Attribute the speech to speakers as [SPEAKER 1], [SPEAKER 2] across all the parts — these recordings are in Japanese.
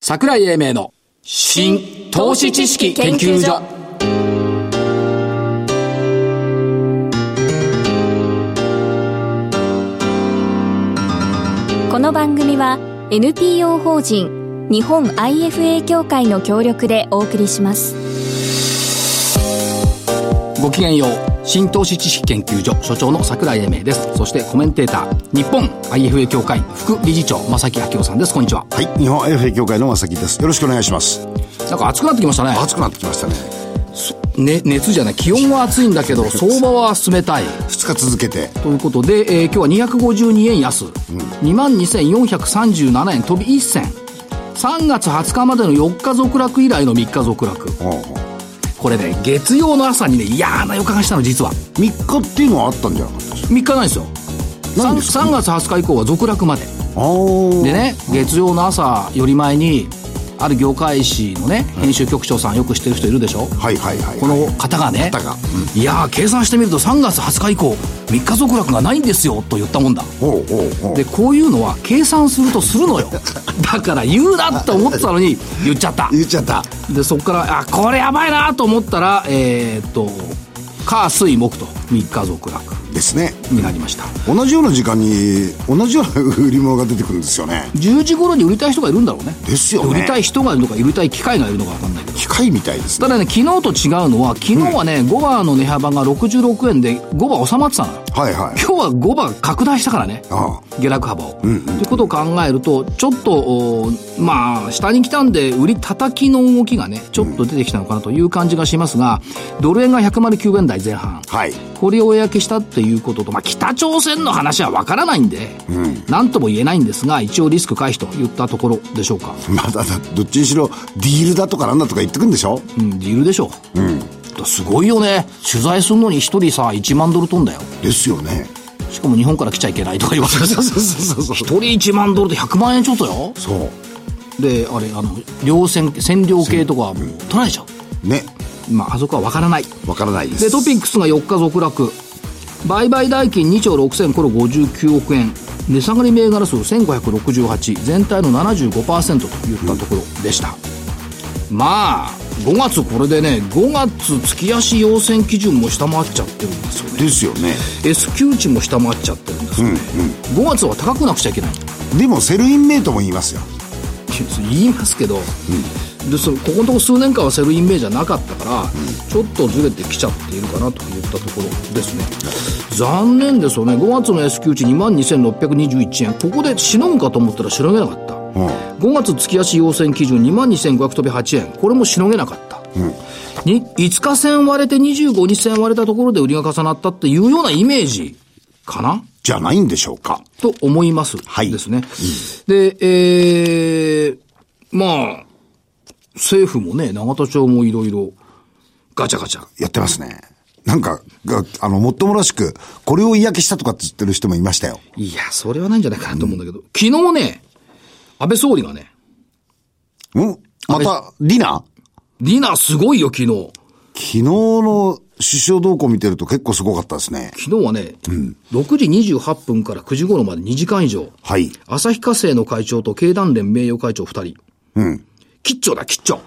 [SPEAKER 1] 桜井英明の新投資知識研究所
[SPEAKER 2] この番組は NPO 法人日本 IFA 協会の協力でお送りします
[SPEAKER 1] ごきげんよう新投資知識研究所所長の桜井英明ですそしてコメンテーター日本 IFA 協会副理事長正木明夫さんですこんにちは
[SPEAKER 3] はい、日本 FA 協会の正木です。よろしくお願いします。
[SPEAKER 1] なんか暑くなってきましたね
[SPEAKER 3] 暑くなってきましたね。
[SPEAKER 1] ね熱じゃない気温は暑いんだけ ど相場は冷たい
[SPEAKER 3] 2日続けて。
[SPEAKER 1] ということで、えー今日は252円安、22,437円飛び1銭3月20日までの4日続落以来の3日続落
[SPEAKER 3] うんうん
[SPEAKER 1] これね月曜の朝にね嫌な予感がしたの実は
[SPEAKER 3] 三3日っていうのはあったんじゃなかったでしょ
[SPEAKER 1] 3日ないですよ
[SPEAKER 3] な
[SPEAKER 1] 3,
[SPEAKER 3] いんですか
[SPEAKER 1] 月20日以降は続落まで
[SPEAKER 3] あー
[SPEAKER 1] でね月曜の朝より前にある業界誌のね編集局長さんよく知ってる人いるでしょ
[SPEAKER 3] はいはいはい。
[SPEAKER 1] この方がね
[SPEAKER 3] 方が
[SPEAKER 1] いやー計算してみると3月20日以降3日続落がないんですよと言ったもんだ
[SPEAKER 3] ほうほうほう
[SPEAKER 1] でこういうのは計算するとする のよだから言うなって思ってたのに言っちゃった
[SPEAKER 3] 言っちゃった。
[SPEAKER 1] でそこからあこれやばいなと思ったらえーっと火水木と3日続落
[SPEAKER 3] ですね。
[SPEAKER 1] になりました
[SPEAKER 3] 同じような時間に、同じような売り物が出てくるんですよね。
[SPEAKER 1] 10時頃に売りたい人がいるんだろうね
[SPEAKER 3] ですよね
[SPEAKER 1] 売りたい人がいるのか売りたい機械がいるのか分かんないけど
[SPEAKER 3] 機械みたいです
[SPEAKER 1] た
[SPEAKER 3] ね。
[SPEAKER 1] だね昨日と違うのは昨日はね、5番の値幅が66円で5番収まってたのよ
[SPEAKER 3] はいはい。
[SPEAKER 1] 今日は5番拡大したからね
[SPEAKER 3] あ
[SPEAKER 1] 下落幅を。と、いうことを考えると、ちょっと、おーまあ、下に来たんで、売り叩きの動きがね、ちょっと出てきたのかなという感じがしますが、ドル円が109円台前半。
[SPEAKER 3] あはい。
[SPEAKER 1] これを公したっていうことと、まあ、北朝鮮の話はわからないんで、なんとも言えないんですが、一応リスク回避と言ったところでしょうか。
[SPEAKER 3] まだだ、どっちにしろ、ディールだとかなんだとか言ってくんでしょ
[SPEAKER 1] うん、理由でしょう。すごいよね。取材するのに一人さ、1万ドル飛んだよ。
[SPEAKER 3] ですよね。
[SPEAKER 1] しかも日本から来ちゃいけないとか言われて。
[SPEAKER 3] そうそうそうそう
[SPEAKER 1] 一人1万ドルで100万円ちょっとよ。
[SPEAKER 3] そう。
[SPEAKER 1] であれあの両線線量計とかはもう取られちゃう
[SPEAKER 3] ね。
[SPEAKER 1] まああそこは分からない
[SPEAKER 3] わからないです。
[SPEAKER 1] でトピックスが4日続落売買代金2兆6000これ59億円値下がり銘柄数1568全体の75%といったところでした、まあ5月これでね5月月足要線基準も下回っちゃってるんですよね
[SPEAKER 3] ですよね。
[SPEAKER 1] S q 値も下回っちゃってるんですよね、5月は高くなくちゃいけない
[SPEAKER 3] でも、セルインメイトも言いますよ。
[SPEAKER 1] 言いますけど、でそのここのとこ数年間はセルインメイじゃなかったから、ちょっとずれてきちゃっているかなといったところですね残念ですよね5月の S q 値2万2621円ここでしのぐかと思ったらしのげなかった、
[SPEAKER 3] うん
[SPEAKER 1] 5月月足要線基準2万2500飛び8円これもしのげなかった、に5日線割れて25日線割れたところで売りが重なったっていうようなイメージかな
[SPEAKER 3] じゃないんでしょうか。
[SPEAKER 1] と思います。
[SPEAKER 3] はい
[SPEAKER 1] ですね。で、えー、まあ、政府もね、永田町もいろいろガチャガチャ。
[SPEAKER 3] やってますね。なんか、があの、もっともらしく、これを嫌気したとかって言ってる人もいましたよ。
[SPEAKER 1] いや、それはないんじゃないかなと思うんだけど、昨日ね、安倍総理がね、
[SPEAKER 3] んまた、ディナー
[SPEAKER 1] ディナーすごいよ、昨日。
[SPEAKER 3] 昨日の首相動向見てると結構すごかったですね。
[SPEAKER 1] 昨日はね、6時28分から9時頃まで2時間以上、
[SPEAKER 3] はい。
[SPEAKER 1] 旭化成の会長と経団連名誉会長2人。吉兆だ、吉兆。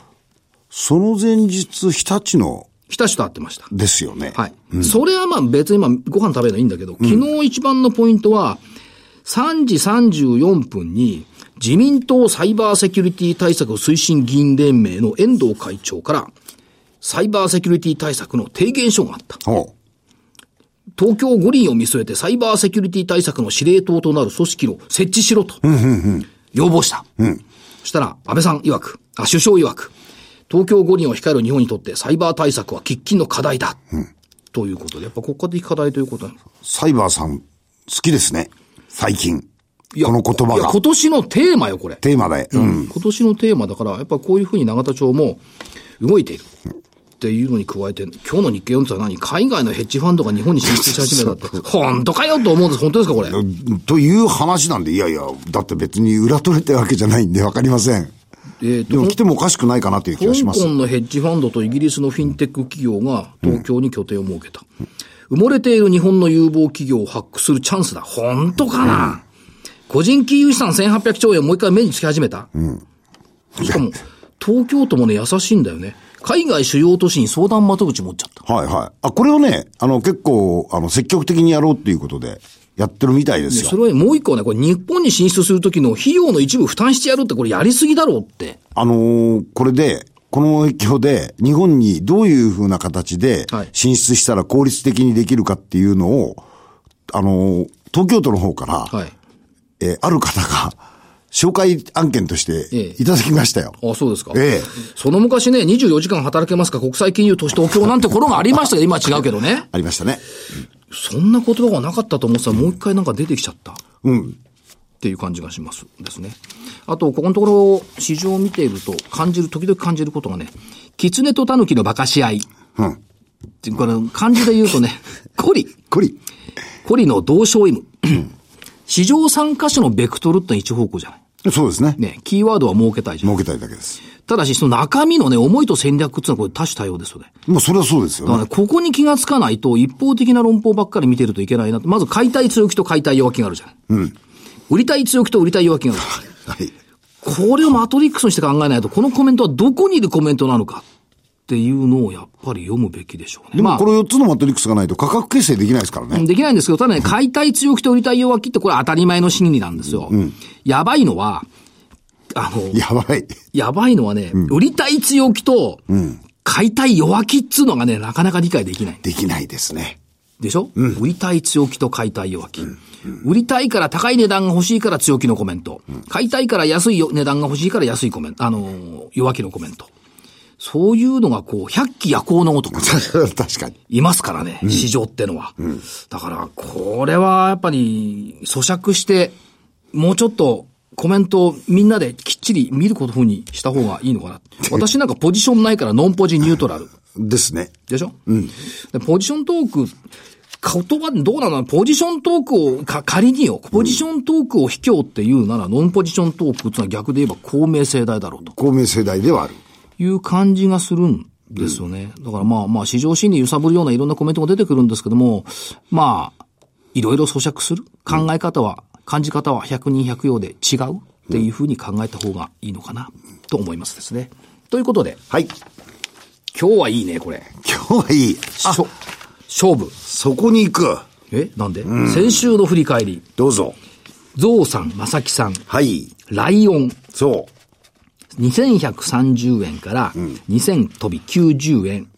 [SPEAKER 3] その前日、日立の
[SPEAKER 1] 日立と会ってました。
[SPEAKER 3] ですよね。
[SPEAKER 1] はい。。それはまあ別に今ご飯食べるのいいんだけど、昨日一番のポイントは、3時34分に自民党サイバーセキュリティ対策推進議員連盟の遠藤会長から、サイバーセキュリティ対策の提言書があった。
[SPEAKER 3] ほ
[SPEAKER 1] 東京五輪を見据えてサイバーセキュリティ対策の司令塔となる組織を設置しろと、要望した。そしたら、安倍さん曰く、あ、首相曰く、東京五輪を控える日本にとってサイバー対策は喫緊の課題だ。ということで、やっぱ国家的課題ということなんです
[SPEAKER 3] う。サイバーさん、好きですね。最近。この言葉
[SPEAKER 1] いや、
[SPEAKER 3] が。
[SPEAKER 1] 今年のテーマよ、これ。
[SPEAKER 3] テーマで。うん。
[SPEAKER 1] 今年のテーマだから、やっぱこういうふうに永田町も動いている。っていうのに加えて、今日の日経4つは何海外のヘッジファンドが日本に進出し始めたって。本当かよと思うんです。本当ですか、これ。
[SPEAKER 3] という話なんで、いやいや、だって別に裏取れてるわけじゃないんでわかりません。
[SPEAKER 1] えーと
[SPEAKER 3] でも来てもおかしくないかなという気がし
[SPEAKER 1] 香
[SPEAKER 3] ます。
[SPEAKER 1] 港のヘッジファンドとイギリスのフィンテック企業が東京に拠点を設けた。埋もれている日本の有望企業を発掘するチャンスだ。本当かな、個人金融資産1800兆円をもう一回目につき始めた、しかも、東京都もね、優しいんだよね。海外主要都市に相談窓口持っちゃった。
[SPEAKER 3] はいはい。あ、これをね、あの、結構、あの、積極的にやろうっていうことで、やってるみたいです
[SPEAKER 1] でそ
[SPEAKER 3] よ。
[SPEAKER 1] れはねもう一個はね、これ日本に進出するときの費用の一部負担してやるって、これやりすぎだろうって。
[SPEAKER 3] あのーこれで、この影響で、日本にどういうふうな形で
[SPEAKER 1] はい、
[SPEAKER 3] 進出したら効率的にできるかっていうのを、あのー東京都の方から、
[SPEAKER 1] はい。
[SPEAKER 3] えーある方が、紹介案件として
[SPEAKER 1] ええ
[SPEAKER 3] いただきましたよ。
[SPEAKER 1] あそうですか。
[SPEAKER 3] ええ
[SPEAKER 1] その昔ね、24時間働けますか、国際金融都市東京なんて頃がありましたけど、今は違うけどね。
[SPEAKER 3] ありましたね。
[SPEAKER 1] そんな言葉がなかったと思ってたら、もう一回なんか出てきちゃった。
[SPEAKER 3] うん。
[SPEAKER 1] っていう感じがしますですね。あと、ここのところ、市場を見ていると感じる、時々感じることがね、狐と狸の馬鹿し合い。っていうこれ、漢字で言うとね、 コリ、
[SPEAKER 3] こり。
[SPEAKER 1] コリの同床異夢。 市場参加者のベクトルってのは一方向じゃない。
[SPEAKER 3] そうですね。
[SPEAKER 1] ね、キーワードは設けたいじゃん。
[SPEAKER 3] 儲けたいだけです。
[SPEAKER 1] ただし、その中身のね、思いと戦略っていうのはこれ多種多様ですよね。
[SPEAKER 3] もうそれはそうですよ
[SPEAKER 1] だか
[SPEAKER 3] ね。
[SPEAKER 1] らね、ここに気がつかないと、一方的な論法ばっかり見てるといけないなと。まず、買いたい強気と買いたい弱気があるじゃん。売りたい強気と売りたい弱気がある。
[SPEAKER 3] はい。
[SPEAKER 1] これをマトリックスにして考えないと、このコメントはどこにいるコメントなのかっていうのをやっぱり読むべきでしょうね。
[SPEAKER 3] でもこ
[SPEAKER 1] ま
[SPEAKER 3] れ4つのマトリックスがないと価格形成できないですから
[SPEAKER 1] あ、
[SPEAKER 3] ね。
[SPEAKER 1] できないんですけど、ただね、買いたい強気と売りたい弱気ってこれは当たり前の心理なんですよ。やばいのは、あの、
[SPEAKER 3] やばい。
[SPEAKER 1] やばいのはね、売りたい強気と、買いたい弱気っつうのがね、なかなか理解できない。
[SPEAKER 3] できないですね。
[SPEAKER 1] でしょ、売りたい強気と買いたい弱気、売りたいから高い値段が欲しいから強気のコメント。買いたいから安いよ値段が欲しいから安いコメント。あのー弱気のコメント。そういうのがこう、百鬼夜行のごとく
[SPEAKER 3] 確かに。
[SPEAKER 1] いますからね、市場ってのは。だから、これはやっぱり、咀嚼して、もうちょっと、コメントをみんなできっちり見ることふうにした方がいいのかな。私なんかポジションないからノンポジニュートラル。
[SPEAKER 3] ですね。
[SPEAKER 1] でしょでポジショントーク、言葉どうなのポジショントークを、か、仮によ、ポジショントークを卑怯って言うなら、ノンポジショントークっていうのは逆で言えば公明正大だろうと
[SPEAKER 3] 公明世代ではある。
[SPEAKER 1] いう感じがするんですよね。だからまあまあ、市場心理揺さぶるようないろんなコメントも出てくるんですけども、まあ、いろいろ咀嚼する。考え方は、感じ方は100人100用で違うっていうふうに考えた方がいいのかな、と思いますですね。ということで、
[SPEAKER 3] はい。
[SPEAKER 1] 今日はいいね、これ。
[SPEAKER 3] 今日はいい。あ、
[SPEAKER 1] しょ勝負。
[SPEAKER 3] そこに行く。
[SPEAKER 1] えなんで、先週の振り返り。
[SPEAKER 3] どうぞ。
[SPEAKER 1] ゾウさん、まさきさん、
[SPEAKER 3] はい。
[SPEAKER 1] ライオン、
[SPEAKER 3] そ
[SPEAKER 1] 2130円から、2000飛び90円。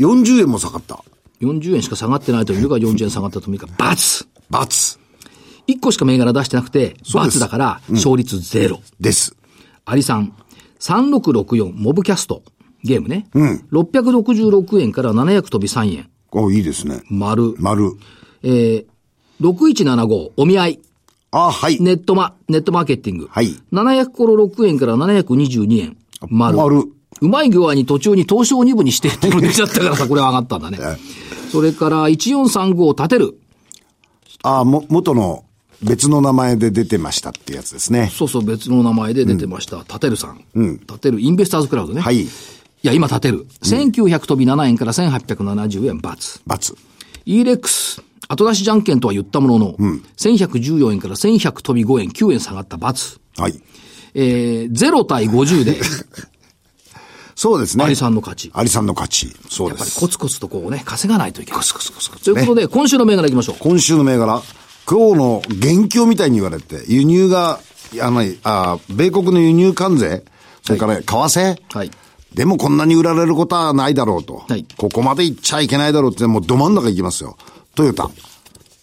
[SPEAKER 3] う。40円も下がった。
[SPEAKER 1] 40円しか下がってないというか、40円下がったというか、罰
[SPEAKER 3] 罰。
[SPEAKER 1] !1 個しか銘柄出してなくて、
[SPEAKER 3] そうです
[SPEAKER 1] 罰だから、勝率ゼロ。
[SPEAKER 3] です。
[SPEAKER 1] アリさん、3664モブキャスト、ゲームね。666円から700飛び3円。
[SPEAKER 3] お、いいですね。
[SPEAKER 1] 丸。
[SPEAKER 3] 丸。
[SPEAKER 1] えー、6175お見合い。
[SPEAKER 3] あ、はい。
[SPEAKER 1] ネットマ、ネットマーケティング。
[SPEAKER 3] はい
[SPEAKER 1] 700コロ6円から722円。丸。
[SPEAKER 3] 丸
[SPEAKER 1] うまい具合に途中に東証2部にしてっていうの出ちゃった からさ、これは上がったんだね。それから、1435を立てる。
[SPEAKER 3] あ、も、元の別の名前で出てましたってやつですね。
[SPEAKER 1] そうそう、別の名前で出てました。立てるさん。立てる、インベスターズクラウドね。。
[SPEAKER 3] はいい。
[SPEAKER 1] や、今立てる。1900飛び7円から1870円×。
[SPEAKER 3] 罰。
[SPEAKER 1] e レックス。後出しじゃんけんとは言ったものの、1114円から1100飛び5円、9円下がった×。
[SPEAKER 3] はい。
[SPEAKER 1] えー、0対50で、
[SPEAKER 3] そうですね。
[SPEAKER 1] アリさんの勝ち。
[SPEAKER 3] アリさんの勝ち。そう
[SPEAKER 1] やっ
[SPEAKER 3] で
[SPEAKER 1] ぱり
[SPEAKER 3] す。
[SPEAKER 1] コツコツとこうね、稼がないといけない。コツコツコツコツ。ということで、今週の銘柄いきましょう。
[SPEAKER 3] 今週の銘柄、今日の元凶みたいに言われて、輸入が、あの、あ米国の輸入関税、それから為替、
[SPEAKER 1] はい
[SPEAKER 3] でもこんなに売られることはないだろうと。
[SPEAKER 1] はい
[SPEAKER 3] ここまで行っちゃいけないだろうって、もうど真ん中行きますよ。トヨタ、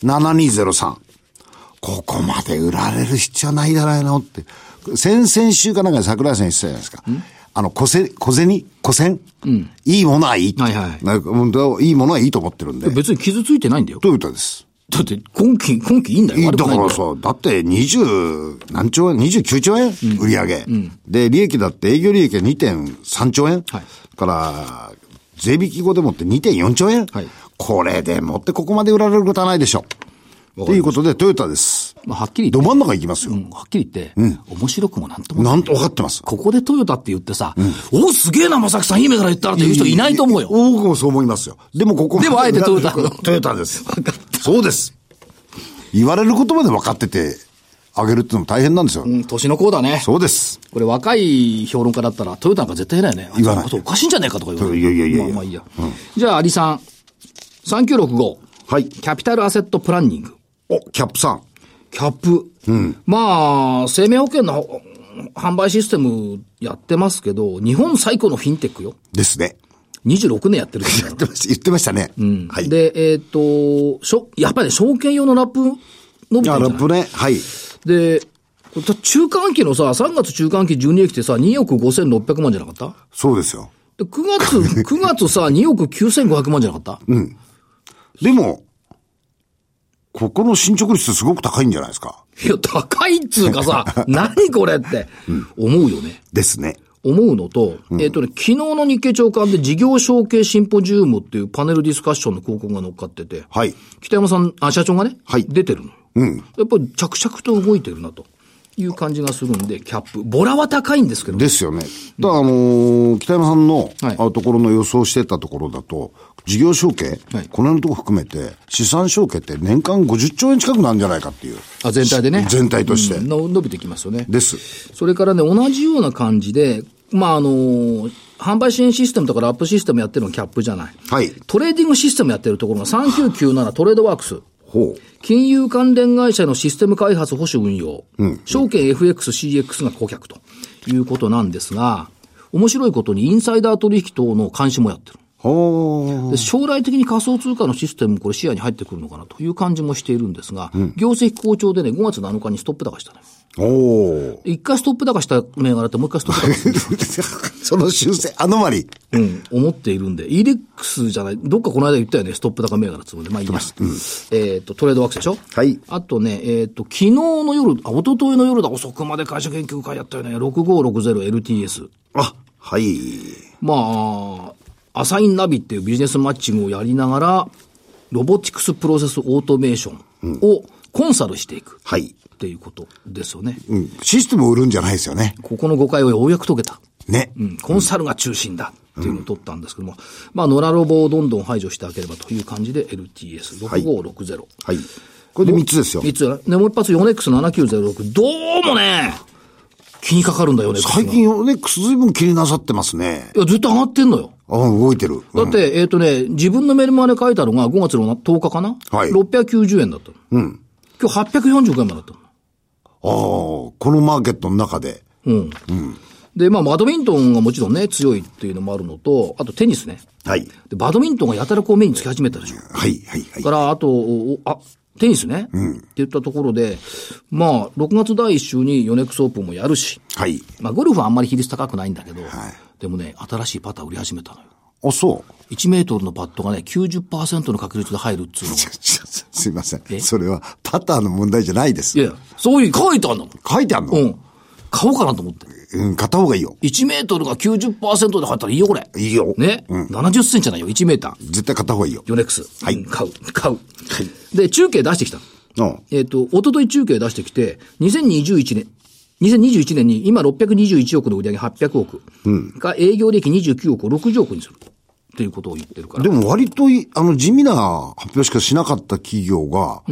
[SPEAKER 3] 7203。ここまで売られる必要ないだろうなって。先々週かなんかに桜井さん言ってたじゃないですか。あの、小銭、小銭、小銭、いいものはいい。
[SPEAKER 1] はいはい
[SPEAKER 3] なんか本当いいものはいいと思ってるんで。
[SPEAKER 1] 別に傷ついてないんだよ。
[SPEAKER 3] トヨタです。
[SPEAKER 1] だって、今期、今期いいんだよ。
[SPEAKER 3] いい
[SPEAKER 1] 悪
[SPEAKER 3] だ
[SPEAKER 1] く
[SPEAKER 3] か
[SPEAKER 1] ないん
[SPEAKER 3] ら
[SPEAKER 1] だよ。
[SPEAKER 3] さ、だって20、何兆円 ?29 兆円、売り上げ、で、利益だって営業利益が2.3兆円、
[SPEAKER 1] はい
[SPEAKER 3] から、税引き後でもって2.4兆円、
[SPEAKER 1] はい
[SPEAKER 3] これでもってここまで売られることはないでしょう。ということで、トヨタです。
[SPEAKER 1] まあ、はっきり
[SPEAKER 3] ど
[SPEAKER 1] 言って、
[SPEAKER 3] 真ん中行きますよ。
[SPEAKER 1] うんはっきり言って、面白くもなんとも。
[SPEAKER 3] なんと分かってます。
[SPEAKER 1] ここでトヨタって言ってさ、おお、すげえな、まさきさん、いい銘柄言ったらっていう人いないと思うよ。
[SPEAKER 3] 多くもそう思いますよ。でもここま
[SPEAKER 1] でもあえてトヨタ
[SPEAKER 3] トヨタです。そうです。言われることまで分かってて、上げるってのも大変なんですよ。
[SPEAKER 1] うん、年の子だね。
[SPEAKER 3] そうです。
[SPEAKER 1] これ若い評論家だったら、トヨタなんか絶対偉いね。
[SPEAKER 3] 言わない
[SPEAKER 1] あとおかしいんじゃないかとか言われる。
[SPEAKER 3] いやいやいやいや
[SPEAKER 1] まあまあいいや。じゃあ、アリさん。3965。
[SPEAKER 3] はい
[SPEAKER 1] キャピタルアセットプランニング。
[SPEAKER 3] お、キャップさん。
[SPEAKER 1] キャップ。まあ、生命保険のほ販売システムやってますけど、日本最古のフィンテックよ。
[SPEAKER 3] ですね。
[SPEAKER 1] 26年やってるけど。
[SPEAKER 3] 言ってました言ってましたね。はい。
[SPEAKER 1] で、えっ、と、しょ、やっぱり、ね、証券用のラップ伸びてるんじ
[SPEAKER 3] あ、
[SPEAKER 1] ゃな
[SPEAKER 3] ラ
[SPEAKER 1] い
[SPEAKER 3] ップね。はい。
[SPEAKER 1] で、これ中間期のさ、3月中間期純利益ってさ、2億5600万じゃなかった
[SPEAKER 3] そうですよ。
[SPEAKER 1] で、9月、9月 さ、2億9500万じゃなかった
[SPEAKER 3] でも、ここの進捗率ってすごく高いんじゃないですか。
[SPEAKER 1] いや、高いっつうか さ、何これって、思うよね。
[SPEAKER 3] ですね。
[SPEAKER 1] 思うのと、えっ、とね、昨日の日経長官で事業承継シンポジウムっていうパネルディスカッションの広告が乗っかってて、
[SPEAKER 3] はい。
[SPEAKER 1] 北山さん、あ、社長がね、
[SPEAKER 3] はい
[SPEAKER 1] 出てるのよ。やっぱり着々と動いてるなという感じがするんで、キャップ。ボラは高いんですけど、
[SPEAKER 3] ですよね。だから、あのー北山さんの、
[SPEAKER 1] はい
[SPEAKER 3] あのところの予想してたところだと、事業承継、
[SPEAKER 1] はい
[SPEAKER 3] この辺のとこ含めて、資産承継って年間50兆円近くなんじゃないかっていう。
[SPEAKER 1] あ全体でね。
[SPEAKER 3] 全体として
[SPEAKER 1] うんの伸びてきますよね。
[SPEAKER 3] です。
[SPEAKER 1] それからね、同じような感じで、まあ、あのー販売支援システムとかラップシステムやってるのキャップじゃない。
[SPEAKER 3] はい。
[SPEAKER 1] トレーディングシステムやってるところが3997トレードワークス。
[SPEAKER 3] ほう。
[SPEAKER 1] 金融関連会社のシステム開発保守運用。証券 FXCX が顧客ということなんですが、面白いことにインサイダー取引等の監視もやってる。
[SPEAKER 3] ほう。
[SPEAKER 1] で将来的に仮想通貨のシステムもこれ視野に入ってくるのかなという感じもしているんですが、業績好調でね、5月7日にストップ高したね。
[SPEAKER 3] おー。
[SPEAKER 1] 一回ストップ高した銘柄ってもう一回ストップ高する。
[SPEAKER 3] その修正、アノマリー。
[SPEAKER 1] うん、思っているんで、イリックスじゃない、どっかこの間言ったよね、ストップ高銘柄っつうので、まあいいや。えっと、トレードワークスでしょ
[SPEAKER 3] はい
[SPEAKER 1] あとね、えっ、と、昨日の夜、あ、一昨日の夜だ、遅くまで会社研究会やったよね、6560LTS。
[SPEAKER 3] あ、はい。
[SPEAKER 1] まあ、アサインナビっていうビジネスマッチングをやりながら、ロボティクスプロセスオートメーションをコンサルしていく
[SPEAKER 3] はい。
[SPEAKER 1] っていうことですよね。
[SPEAKER 3] うん。システムを売るんじゃないですよね。
[SPEAKER 1] ここの誤解をようやく解けた。
[SPEAKER 3] ね。
[SPEAKER 1] うん、コンサルが中心だっていうのを取ったんですけども、まあ、野良ロボをどんどん排除してあげればという感じで LTS6560。
[SPEAKER 3] はい。これで3つですよ。
[SPEAKER 1] いつやね、もう一発 4X7906。どうもね、気にかかるんだよね、
[SPEAKER 3] 最近、ヨネックス随分気になさってますね。
[SPEAKER 1] いや、ずっと上がってんのよ。
[SPEAKER 3] あ、動いてる。
[SPEAKER 1] だって、えっ、とね、自分のメルマガで書いたのが5月の10日かな、
[SPEAKER 3] はい
[SPEAKER 1] 690円だったの。
[SPEAKER 3] うん。
[SPEAKER 1] 今日845円までだったの。
[SPEAKER 3] ああ、このマーケットの中で。
[SPEAKER 1] うん。で、まあ、バドミントンがもちろんね、強いっていうのもあるのと、あとテニスね。
[SPEAKER 3] はい。
[SPEAKER 1] で、バドミントンがやたらこう目につき始めたでしょ。
[SPEAKER 3] はい、はい、はい。
[SPEAKER 1] から、あと、おおあ、テニスね。って言ったところで、まあ、6月第1週にヨネックスオープンもやるし、
[SPEAKER 3] はい。
[SPEAKER 1] まあ、ゴルフはあんまり比率高くないんだけど、
[SPEAKER 3] はい
[SPEAKER 1] でもね、新しいパター売り始めたのよ。
[SPEAKER 3] あ、そう。
[SPEAKER 1] 1メートルのパットがね、90%の確率で入るっつうの。い
[SPEAKER 3] すいません。それは、パターの問題じゃないです。
[SPEAKER 1] やいや、そういう、書いてあんの。
[SPEAKER 3] 書いてあんの、
[SPEAKER 1] うん。買おうかなと思って。
[SPEAKER 3] うん、買った方がいいよ。
[SPEAKER 1] 1メートルが90%で入ったらいいよ、これ。
[SPEAKER 3] いいよ。
[SPEAKER 1] ね。70センチじゃないよ、1メーター。
[SPEAKER 3] 絶対買った方がいいよ。
[SPEAKER 1] ヨネックス。
[SPEAKER 3] はい
[SPEAKER 1] うん買う、買う。で、中継出してきたの。
[SPEAKER 3] うん。
[SPEAKER 1] えっ、と、おととい中継出してきて、2021年、2021年に今621億の売り上げ800億が営業利益29億を60億にするっていうことを言ってるから。
[SPEAKER 3] でも割とい、あの、地味な発表しかしなかった企業が、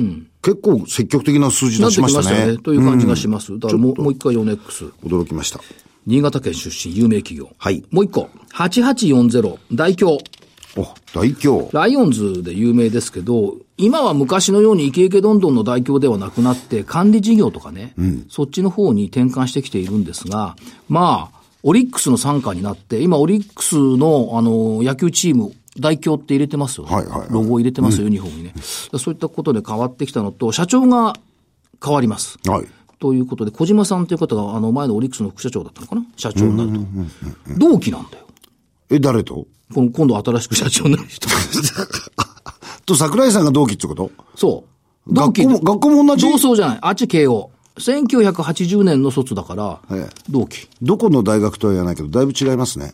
[SPEAKER 3] 結構積極的な数字
[SPEAKER 1] なっ
[SPEAKER 3] 出
[SPEAKER 1] て
[SPEAKER 3] し
[SPEAKER 1] き
[SPEAKER 3] ま
[SPEAKER 1] ま
[SPEAKER 3] し
[SPEAKER 1] した
[SPEAKER 3] た
[SPEAKER 1] よ
[SPEAKER 3] ね
[SPEAKER 1] ね。。という感じがします。だからもうもう一回ヨネックス。
[SPEAKER 3] 驚きました。
[SPEAKER 1] 新潟県出身、有名企業。
[SPEAKER 3] はい
[SPEAKER 1] もう一個。8840、大京。
[SPEAKER 3] お、大凶。
[SPEAKER 1] ライオンズで有名ですけど、今は昔のようにイケイケどんどんの代表ではなくなって、管理事業とかね、そっちの方に転換してきているんですが、まあ、オリックスの傘下になって、今オリックスの、あの、野球チーム、代表って入れてますよね。
[SPEAKER 3] はいはいはい
[SPEAKER 1] ロゴを入れてますよ、ユニフォームにね。そういったことで変わってきたのと、社長が変わります。
[SPEAKER 3] はい。
[SPEAKER 1] ということで、小島さんという方が、あの、前のオリックスの副社長だったのかな社長になると。同期なんだよ。
[SPEAKER 3] え、誰と
[SPEAKER 1] この、今度新しく社長になる人。
[SPEAKER 3] と、桜井さんが同期ってこと
[SPEAKER 1] そう。同
[SPEAKER 3] 学
[SPEAKER 1] 期
[SPEAKER 3] 校も、学校も同じ
[SPEAKER 1] 同窓じゃない。あっち慶応。1980年の卒だから
[SPEAKER 3] ええ、
[SPEAKER 1] 同期。
[SPEAKER 3] どこの大学とは言わないけど、だいぶ違いますね。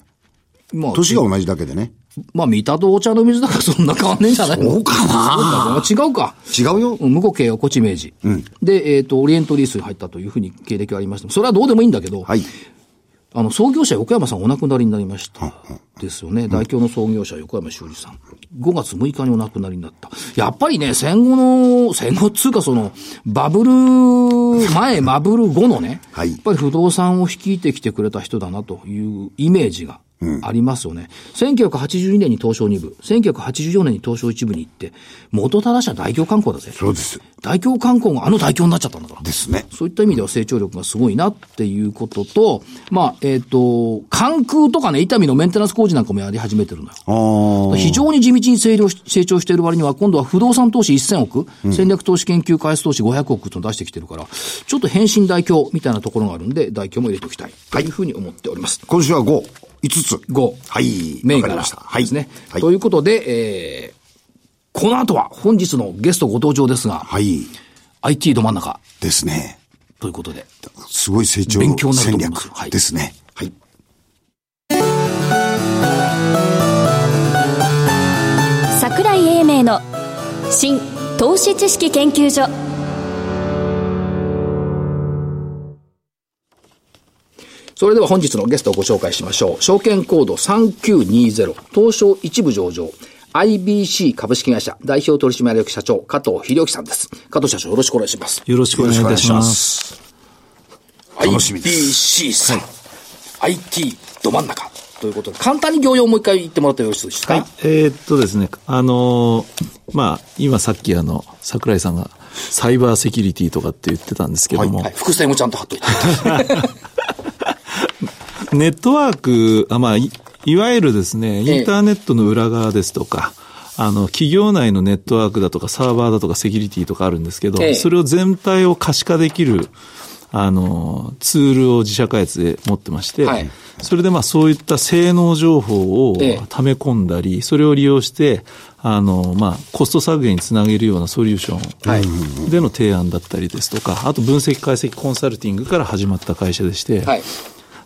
[SPEAKER 1] まあ、
[SPEAKER 3] 年が同じだけでね。
[SPEAKER 1] まあ、三田とお茶の水だからそんな変わんねえんじゃないの
[SPEAKER 3] そうかな
[SPEAKER 1] そうか違うか。
[SPEAKER 3] 違うよ。
[SPEAKER 1] うん向こう慶応、こっち明治。で、えっ、と、オリエントリースに入ったというふうに経歴はありました。それはどうでもいいんだけど、
[SPEAKER 3] はい。
[SPEAKER 1] あの、創業者横山さんお亡くなりになりました。ですよね。代表の創業者横山修二さん。5月6日にお亡くなりになった。やっぱりね、戦後の、戦後っつうかその、バブルブ 前、マブル後のね、
[SPEAKER 3] はい
[SPEAKER 1] やっぱり不動産を率いてきてくれた人だなというイメージがありますよね。1982年に東証2部、1984年に東証1部に行って、元正しは大京観光だぜ。
[SPEAKER 3] そうです。
[SPEAKER 1] 大京観光があの大京になっちゃったんだから。
[SPEAKER 3] ですね。
[SPEAKER 1] そういった意味では成長力がすごいなっていうことと、まあ、えっ、と、関空とかね、伊丹のメンテナンス工事なんかもやり始めてるのよ。
[SPEAKER 3] ああ。
[SPEAKER 1] 非常に地道に成長し成長している割には、今度は不動産投資1000億、戦略投資研究開発投資500億と出してきてるから、ちょっと変身代表みたいなところがあるんで、代表も入れておきたい。というふうに思っております。
[SPEAKER 3] 今週は5、5つ。
[SPEAKER 1] 5。
[SPEAKER 3] はい。
[SPEAKER 1] 銘
[SPEAKER 3] わかり
[SPEAKER 1] 柄
[SPEAKER 3] ました。はい。
[SPEAKER 1] ですね。
[SPEAKER 3] はい。
[SPEAKER 1] ということで、えー、この後は本日のゲストご登場ですが、
[SPEAKER 3] はい。
[SPEAKER 1] IT ど真ん中
[SPEAKER 3] ですね。
[SPEAKER 1] ということで。
[SPEAKER 3] すごい成長
[SPEAKER 1] 勉強になると
[SPEAKER 3] 戦
[SPEAKER 1] 思います
[SPEAKER 3] 略
[SPEAKER 1] はい
[SPEAKER 3] ですね。はい。
[SPEAKER 2] 桜井英明の新投資知識研究所
[SPEAKER 1] それでは本日のゲストをご紹介しましょう。証券コード3920、東証一部上場、IBC 株式会社代表取締役社長、加藤秀樹さんです。加藤社長、よろしくお願いします。
[SPEAKER 4] よろしくお願いいたします。
[SPEAKER 3] す。楽しみです
[SPEAKER 1] IBC さん、IT ど真ん中ということで、簡単に業用をもう一回言ってもらってよろしいですか、
[SPEAKER 4] はい。えーっとですね、あのーまあ、今さっきあの、桜井さんがサイバーセキュリティとかって言ってたんですけども、
[SPEAKER 1] はい伏線もちゃんと貼っといて。
[SPEAKER 4] ネットワーク、あまあい、いわゆるですね、
[SPEAKER 1] え
[SPEAKER 4] インターネットの裏側ですとか、あの、企業内のネットワークだとか、サーバーだとか、セキュリティとかあるんですけど、
[SPEAKER 1] ええ
[SPEAKER 4] それを全体を可視化できる、あの、ツールを自社開発で持ってまして、
[SPEAKER 1] はい
[SPEAKER 4] それでまあ、そういった性能情報を
[SPEAKER 1] ええ
[SPEAKER 4] 溜め込んだり、それを利用して、あの、まあ、コスト削減につなげるようなソリューション
[SPEAKER 1] はい。
[SPEAKER 4] での提案だったりですとか、あと分析解析コンサルティングから始まった会社でして、
[SPEAKER 1] はい。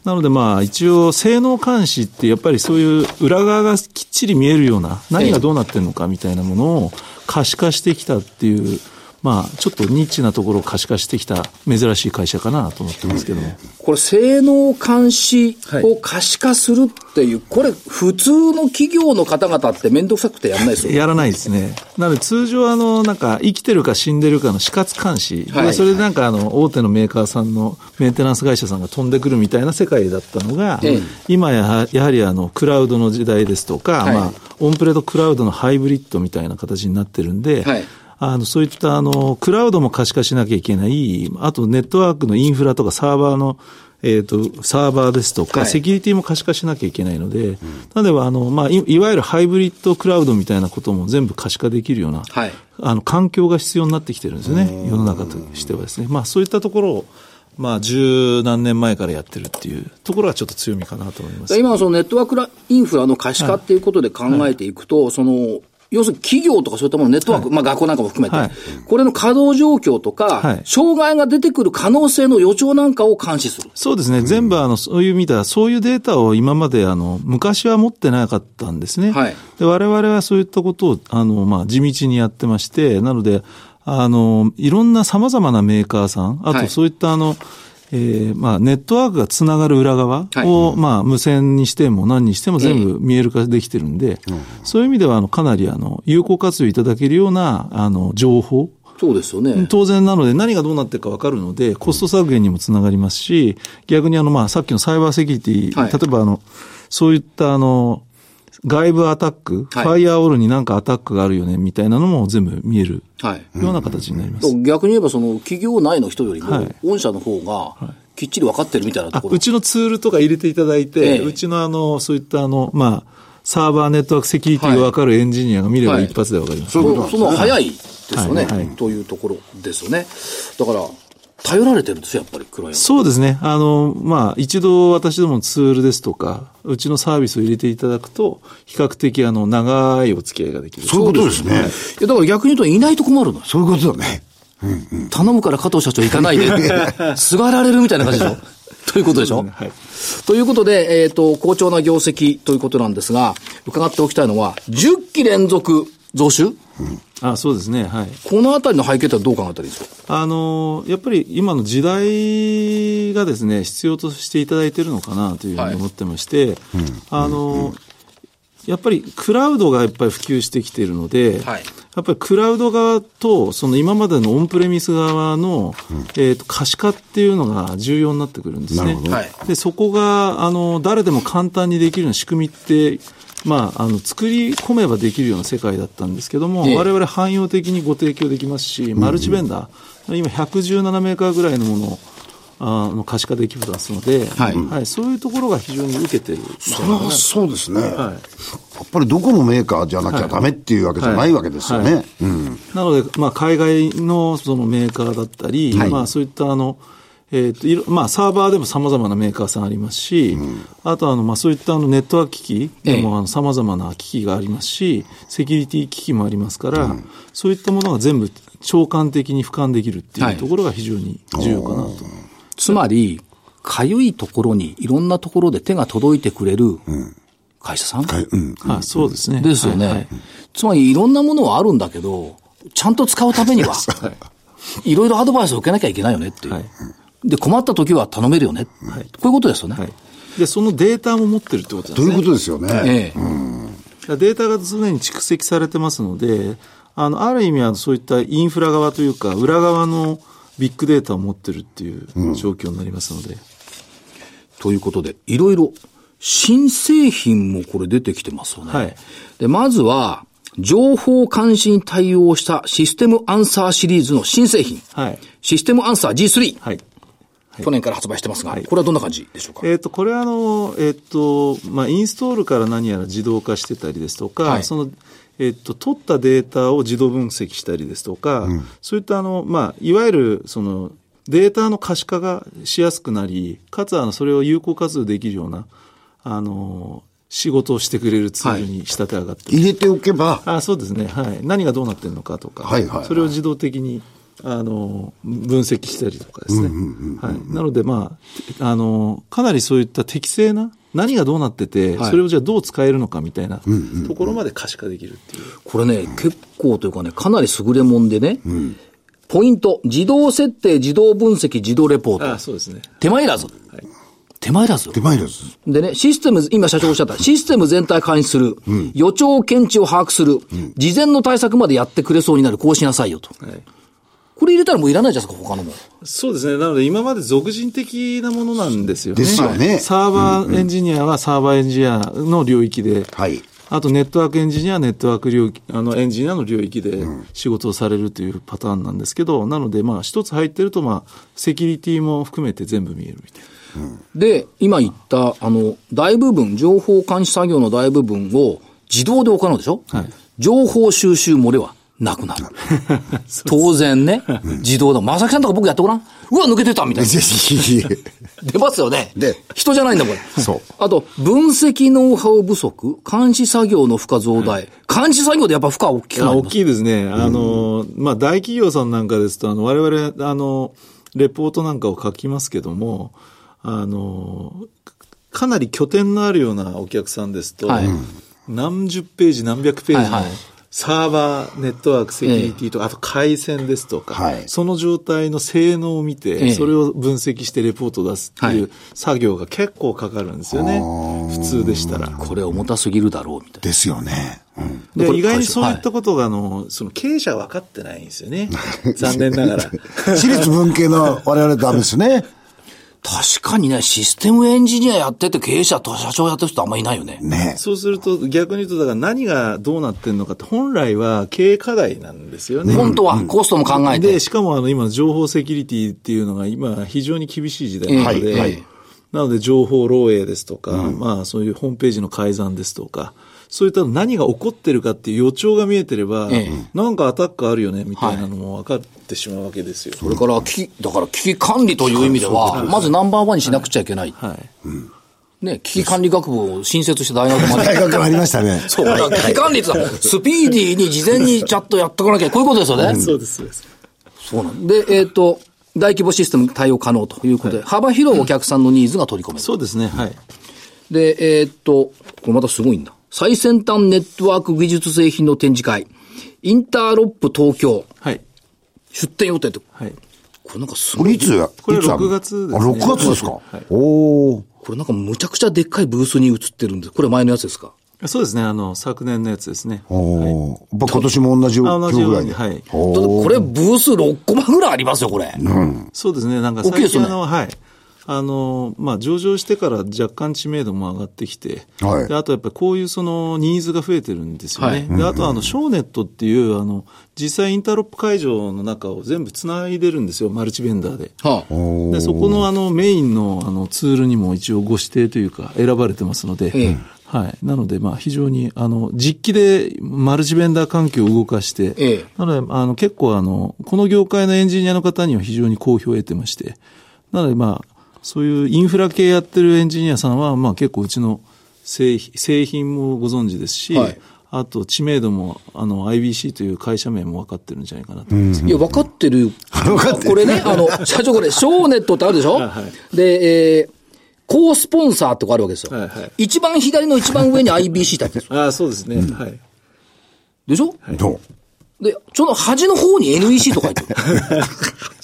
[SPEAKER 4] なのでまあ一応性能監視ってやっぱりそういう裏側がきっちり見えるような何がどうなってんのかみたいなものを可視化してきたっていうまあちょっとニッチなところを可視化してきた珍しい会社かなと思ってますけども。
[SPEAKER 1] これ、性能監視を可視化するっていう、これ、普通の企業の方々って面倒くさくてやんないですよね。
[SPEAKER 4] やらないですね。なので通常あの、なんか生きてるか死んでるかの死活監視。
[SPEAKER 1] はい
[SPEAKER 4] でそれでなんかあの、大手のメーカーさんのメンテナンス会社さんが飛んでくるみたいな世界だったのが、
[SPEAKER 1] ええ
[SPEAKER 4] 今やはやはりあの、クラウドの時代ですとか、
[SPEAKER 1] はい
[SPEAKER 4] まあ、オンプレとクラウドのハイブリッドみたいな形になってるんで、
[SPEAKER 1] はい
[SPEAKER 4] あの、そういった、あの、クラウドも可視化しなきゃいけない、あとネットワークのインフラとかサーバーの、えっ、と、サーバーですとか、
[SPEAKER 1] はい
[SPEAKER 4] セキュリティも可視化しなきゃいけないので、例えば、あの、まあい、いわゆるハイブリッドクラウドみたいなことも全部可視化できるような、
[SPEAKER 1] はい
[SPEAKER 4] あの、環境が必要になってきてるんですよね、世の中としてはですね。まあ、そういったところを、まあ、十何年前からやってるっていうところはちょっと強みかなと思います。
[SPEAKER 1] 今のそのネットワークラインフラの可視化っていうことで考えていくと、その、要するに企業とかそういったもの、ネットワーク、まあ学校なんかも含めて、
[SPEAKER 4] はい
[SPEAKER 1] これの稼働状況とか、
[SPEAKER 4] はい
[SPEAKER 1] 障害が出てくる可能性の予兆なんかを監視する。
[SPEAKER 4] そうですね。全部、あの、そういう意味では、そういうデータを今まで、あの、昔は持ってなかったんですね。
[SPEAKER 1] はい
[SPEAKER 4] で、我々はそういったことを、あの、まあ、地道にやってまして、なので、あの、いろんな様々なメーカーさん、あ
[SPEAKER 1] はい
[SPEAKER 4] とそういった、あの、えーまあ、ネットワークがつながる裏側を、まあ、無線にしても何にしても全部見える化できてるんで、そういう意味では、あの、かなり、あの、有効活用いただけるような、あの、情報、
[SPEAKER 1] そうですよね。
[SPEAKER 4] 当然なので何がどうなってるか分かるので、コスト削減にもつながりますし、逆にあの、まあ、さっきのサイバーセキュリティ、
[SPEAKER 1] はい
[SPEAKER 4] 例えばあの、そういったあの、外部アタック、
[SPEAKER 1] はい
[SPEAKER 4] ファイアーウォールになんかアタックがあるよね、みたいなのも全部見える
[SPEAKER 1] はい。
[SPEAKER 4] ような形になります。
[SPEAKER 1] 逆に言えば、その企業内の人よりも、
[SPEAKER 4] はい
[SPEAKER 1] 御社の方が、きっちり分かってるみたいなと
[SPEAKER 4] あ
[SPEAKER 1] ころ。
[SPEAKER 4] うちのツールとか入れていただい
[SPEAKER 1] え
[SPEAKER 4] て、
[SPEAKER 1] え
[SPEAKER 4] うちのあの、そういったあの、まあ、サーバーネットワークセキュリティが分かるエンジニアが見れば
[SPEAKER 1] はい
[SPEAKER 4] 一発で分かります。
[SPEAKER 3] そういうことなん
[SPEAKER 1] そ
[SPEAKER 3] ですね
[SPEAKER 1] の早いですよね、
[SPEAKER 4] はいはい
[SPEAKER 1] というところですよね。だから、頼られてるんですよ、やっぱり、クライアント
[SPEAKER 4] そうですね。あの、まあ、一度私どものツールですとか、うちのサービスを入れていただくと、比較的あの、長いお付き合いができる。
[SPEAKER 3] そういうことですね。
[SPEAKER 1] いや、だから逆に言うと、いないと困るのよ
[SPEAKER 3] そういうことだね。
[SPEAKER 1] 頼むから加藤社長行かない で、すがられるみたいな感じでしょということでしょ、
[SPEAKER 4] はい。
[SPEAKER 1] ということで、えっ、と、好調な業績ということなんですが、伺っておきたいのは、10期連続増収
[SPEAKER 4] あ、そうですね。はい。
[SPEAKER 1] このあたりの背景ってどう考えたらいいですか
[SPEAKER 4] あの、やっぱり今の時代がですね、必要としていただいてるのかなというふうに思ってまして、あの、やっぱりクラウドがやっぱり普及してきているので、
[SPEAKER 1] はい
[SPEAKER 4] やっぱりクラウド側と、その今までのオンプレミス側の、えっ、と、可視化っていうのが重要になってくるんですね。
[SPEAKER 3] なるほど
[SPEAKER 1] はい
[SPEAKER 4] で、そこが、あの、誰でも簡単にできるような仕組みって、まあ、あの、作り込めばできるような世界だったんですけども、
[SPEAKER 1] ええ
[SPEAKER 4] 我々汎用的にご提供できますし、マルチベンダー、今117メーカーぐらいのものを、あの可視化できますので、
[SPEAKER 3] はい
[SPEAKER 4] そういうところが非常に受けているんじゃ
[SPEAKER 3] そ
[SPEAKER 4] な
[SPEAKER 3] れ
[SPEAKER 4] いかな
[SPEAKER 3] はそうですね。
[SPEAKER 4] は
[SPEAKER 3] やっぱりどこのメーカーじゃなきゃダメっていうわけじゃないわけですよ
[SPEAKER 4] は
[SPEAKER 3] ね
[SPEAKER 4] い。
[SPEAKER 3] うん。
[SPEAKER 4] なので、まあ、海外のそのメーカーだったり、
[SPEAKER 3] はい
[SPEAKER 4] まあ、そういったあの、えーといろまあ、サーバーでもさまざまなメーカーさんありますし、あとあの、まあ、そういったあのネットワーク機器で
[SPEAKER 1] ええ
[SPEAKER 4] もさまざまな機器がありますし、セキュリティ機器もありますから、そういったものが全部、長官的に俯瞰できるって
[SPEAKER 1] はいいう
[SPEAKER 4] ところが非常に重要かなと。
[SPEAKER 1] つまり、かゆいところにいろんなところで手が届いてくれる会社さん、
[SPEAKER 3] はいうん。
[SPEAKER 4] はい、そうですね。
[SPEAKER 1] ですよね。
[SPEAKER 4] はいはい
[SPEAKER 1] つまりいろんなものはあるんだけど、ちゃんと使うために は、いろいろアドバイスを受けなきゃいけないよねっていう。
[SPEAKER 4] はい
[SPEAKER 1] で、困った時は頼めるよね。
[SPEAKER 4] はい
[SPEAKER 1] こういうことですよね。
[SPEAKER 4] はいで、そのデータも持ってるってことなんですね
[SPEAKER 3] ということですよね。
[SPEAKER 1] ええ
[SPEAKER 4] だからデータが常に蓄積されてますので、あの、ある意味はそういったインフラ側というか、裏側のビッグデータを持ってるっていう状況になりますので。
[SPEAKER 1] ということで、いろいろ新製品もこれ出てきてますよね。
[SPEAKER 4] はい
[SPEAKER 1] で、まずは、情報監視に対応したシステムアンサーシリーズの新製品。
[SPEAKER 4] はい。
[SPEAKER 1] システムアンサー G3。
[SPEAKER 4] はい。
[SPEAKER 1] 去年から発売してますが、
[SPEAKER 4] はい
[SPEAKER 1] これはどんな感じでしょうか、
[SPEAKER 4] えっ、と、これはあの、えっ、と、まあ、インストールから何やら自動化してたりですとか、
[SPEAKER 1] はい
[SPEAKER 4] その、えっ、と、取ったデータを自動分析したりですとか、そういったあの、まあ、いわゆる、その、データの可視化がしやすくなり、かつあの、それを有効活用できるような、あの、仕事をしてくれるツールに仕立て上がってる、
[SPEAKER 3] 入れておけば、
[SPEAKER 4] あそうですね。はい。何がどうなってるのかとか、
[SPEAKER 3] はいはいはい
[SPEAKER 4] それを自動的に、あの、分析したりとかですね。はい。なので、まあ、あの、かなりそういった適正な、何がどうなってて、
[SPEAKER 1] はい
[SPEAKER 4] それをじゃあどう使えるのかみたいなところまで可視化できるっていう。
[SPEAKER 1] これね、結構というかね、かなり優れもんでね、ポイント、自動設定、自動分析、自動レポー
[SPEAKER 4] あ
[SPEAKER 1] ト。
[SPEAKER 4] そうですね。
[SPEAKER 1] 手間いらず。手間いらずよ
[SPEAKER 3] 手。前です。
[SPEAKER 1] でね、システム、今社長おっしゃった、システム全体監視する、予兆検知を把握する、事前の対策までやってくれそうになる、こうしなさいよと。
[SPEAKER 4] はい。
[SPEAKER 1] これ入れたらもういらないじゃないですか、他のも。
[SPEAKER 4] そうですね。なので、今まで俗人的なものなんですよね。
[SPEAKER 3] ですよね
[SPEAKER 4] サーバーエンジニアはサーバーエンジニアの領域で、
[SPEAKER 3] はい。
[SPEAKER 4] あとネットワークエンジニアはネットワーク領域あのエンジニアの領域で仕事をされるというパターンなんですけど、なので、まあ、一つ入ってると、まあ、セキュリティも含めて全部見えるみたいな。
[SPEAKER 1] で、今言った、あの、大部分、情報監視作業の大部分を自動で行うでしょ、
[SPEAKER 4] はい
[SPEAKER 1] 情報収集漏れはなくな る。当然ね、自動だ。まさきさんとか僕やってごらん。うわ、抜けてたみたいな。出ますよね。
[SPEAKER 3] で
[SPEAKER 1] 人じゃないんだもん。
[SPEAKER 3] そう
[SPEAKER 1] あと、分析ノウハウ不足、監視作業の負荷増大。監視作業でやっぱ負荷は大きくな
[SPEAKER 4] あ
[SPEAKER 1] り
[SPEAKER 4] 大
[SPEAKER 1] ます。
[SPEAKER 4] きいですね。あの、まあ、大企業さんなんかですと、あの、我々、あの、レポートなんかを書きますけども、あの、かなり拠点のあるようなお客さんですと、
[SPEAKER 1] はい
[SPEAKER 4] 何十ページ、何百ページの
[SPEAKER 1] はいはい
[SPEAKER 4] サーバー、ネットワーク、セキュリティとか、あと回線ですとか、
[SPEAKER 3] はい
[SPEAKER 4] その状態の性能を見て、
[SPEAKER 1] ええ
[SPEAKER 4] それを分析してレポートを出すってい
[SPEAKER 1] はいう
[SPEAKER 4] 作業が結構かかるんですよね。普通でしたら。
[SPEAKER 1] これ重たすぎるだろう、みたい
[SPEAKER 3] ですよね。うん
[SPEAKER 1] な。こ
[SPEAKER 4] で
[SPEAKER 1] れ
[SPEAKER 4] 意外にそういったことが、あの、その経営者は分かってないんです よね。残念ながら。
[SPEAKER 3] 私立文系の我々ダメですね。
[SPEAKER 1] 確かにね、システムエンジニアやってて経営者と社長やってる人あんまいないよね。
[SPEAKER 3] ね。
[SPEAKER 4] そうすると逆に言うと、だから何がどうなってんのかって本来は経営課題なんですよね。
[SPEAKER 1] 本当はコストも考えて。
[SPEAKER 4] で、しかもあの今情報セキュリティっていうのが今非常に厳しい時代なので、
[SPEAKER 1] はいはい
[SPEAKER 4] なので情報漏洩ですとか、まあそういうホームページの改ざんですとか、そういった何が起こってるかっていう予兆が見えてれば、
[SPEAKER 1] ええ
[SPEAKER 4] なんかアタックあるよねみたいなのも分かってしまうわけですよ。
[SPEAKER 1] これから危機、だから危機管理という意味では、まずナンバーワンにしなくちゃいけない。
[SPEAKER 4] はい。
[SPEAKER 1] ね、危機管理学部を新設して大学ま
[SPEAKER 3] 大
[SPEAKER 1] で。
[SPEAKER 3] 学入りましたね。
[SPEAKER 1] そう、だから危機管理ってさスピーディーに事前にちゃんとやっとかなきゃ、こういうことですよね。
[SPEAKER 4] そうです、そうです。
[SPEAKER 1] そうなんで、えっ、と、大規模システム対応可能ということで、幅広いお客さんのニーズが取り込める。
[SPEAKER 4] そうですね、はい。
[SPEAKER 1] で、えっ、と、これまたすごいんだ。最先端ネットワーク技術製品の展示会、インターロップ東京、
[SPEAKER 4] はい。
[SPEAKER 1] 出店予定って、
[SPEAKER 4] はい。
[SPEAKER 1] これなんかす
[SPEAKER 3] こ
[SPEAKER 1] ごい。
[SPEAKER 3] れいつ
[SPEAKER 4] これ
[SPEAKER 3] いつある
[SPEAKER 4] 6月ですね
[SPEAKER 3] あ、6月ですか
[SPEAKER 4] はい。
[SPEAKER 3] おー。
[SPEAKER 1] これなんかむちゃくちゃでっかいブースに映ってるんです。これ前のやつですか
[SPEAKER 4] そうですね、あの、昨年のやつですね。
[SPEAKER 3] おーやっぱ今年も同じ
[SPEAKER 4] あ
[SPEAKER 3] 今
[SPEAKER 4] 同
[SPEAKER 3] 日
[SPEAKER 4] じよ
[SPEAKER 3] ぐ
[SPEAKER 4] う
[SPEAKER 3] らい
[SPEAKER 4] に
[SPEAKER 3] で。
[SPEAKER 4] はい
[SPEAKER 3] お
[SPEAKER 1] だって
[SPEAKER 3] ー
[SPEAKER 1] これブース6コマぐらいありますよ、これ。
[SPEAKER 4] そうですね、なんか
[SPEAKER 1] 大きいで
[SPEAKER 4] 最
[SPEAKER 1] すよ
[SPEAKER 4] 近
[SPEAKER 1] ね
[SPEAKER 4] あの、はい。あの、まあ、上場してから若干知名度も上がってきて、
[SPEAKER 3] はい
[SPEAKER 4] であとやっぱりこういうそのニーズが増えてるんですよね。
[SPEAKER 1] はい
[SPEAKER 4] で、あとあの、ショーネットっていう、あの、実際インターロップ会場の中を全部繋いでるんですよ、マルチベンダーで。
[SPEAKER 1] はあ、
[SPEAKER 4] で、そこのあの、メインのあの、ツールにも一応ご指定というか、選ばれてますので、
[SPEAKER 1] ええ
[SPEAKER 4] はい。なので、まあ、非常に、あの、実機でマルチベンダー環境を動かして、
[SPEAKER 1] ええ
[SPEAKER 4] なので、あの、結構あの、この業界のエンジニアの方には非常に好評を得てまして、なので、まあ、そういうインフラ系やってるエンジニアさんは、まあ、結構うちの製品製品もご存知ですし、
[SPEAKER 1] はい
[SPEAKER 4] あと、知名度も、あの、IBC という会社名も分かってるんじゃないかなと思います。
[SPEAKER 1] いや、分かってる。これね、あ の、社長これ、ショーネットってあるでしょ
[SPEAKER 4] は
[SPEAKER 1] で、えー、高スポンサーとかあるわけですよ。
[SPEAKER 4] はいはい
[SPEAKER 1] 一番左の一番上に IBC ってあるん ですよ。
[SPEAKER 4] ああ、そうですね。はい。
[SPEAKER 1] でしょ、
[SPEAKER 3] どう
[SPEAKER 1] で、その端の方に NEC とか入って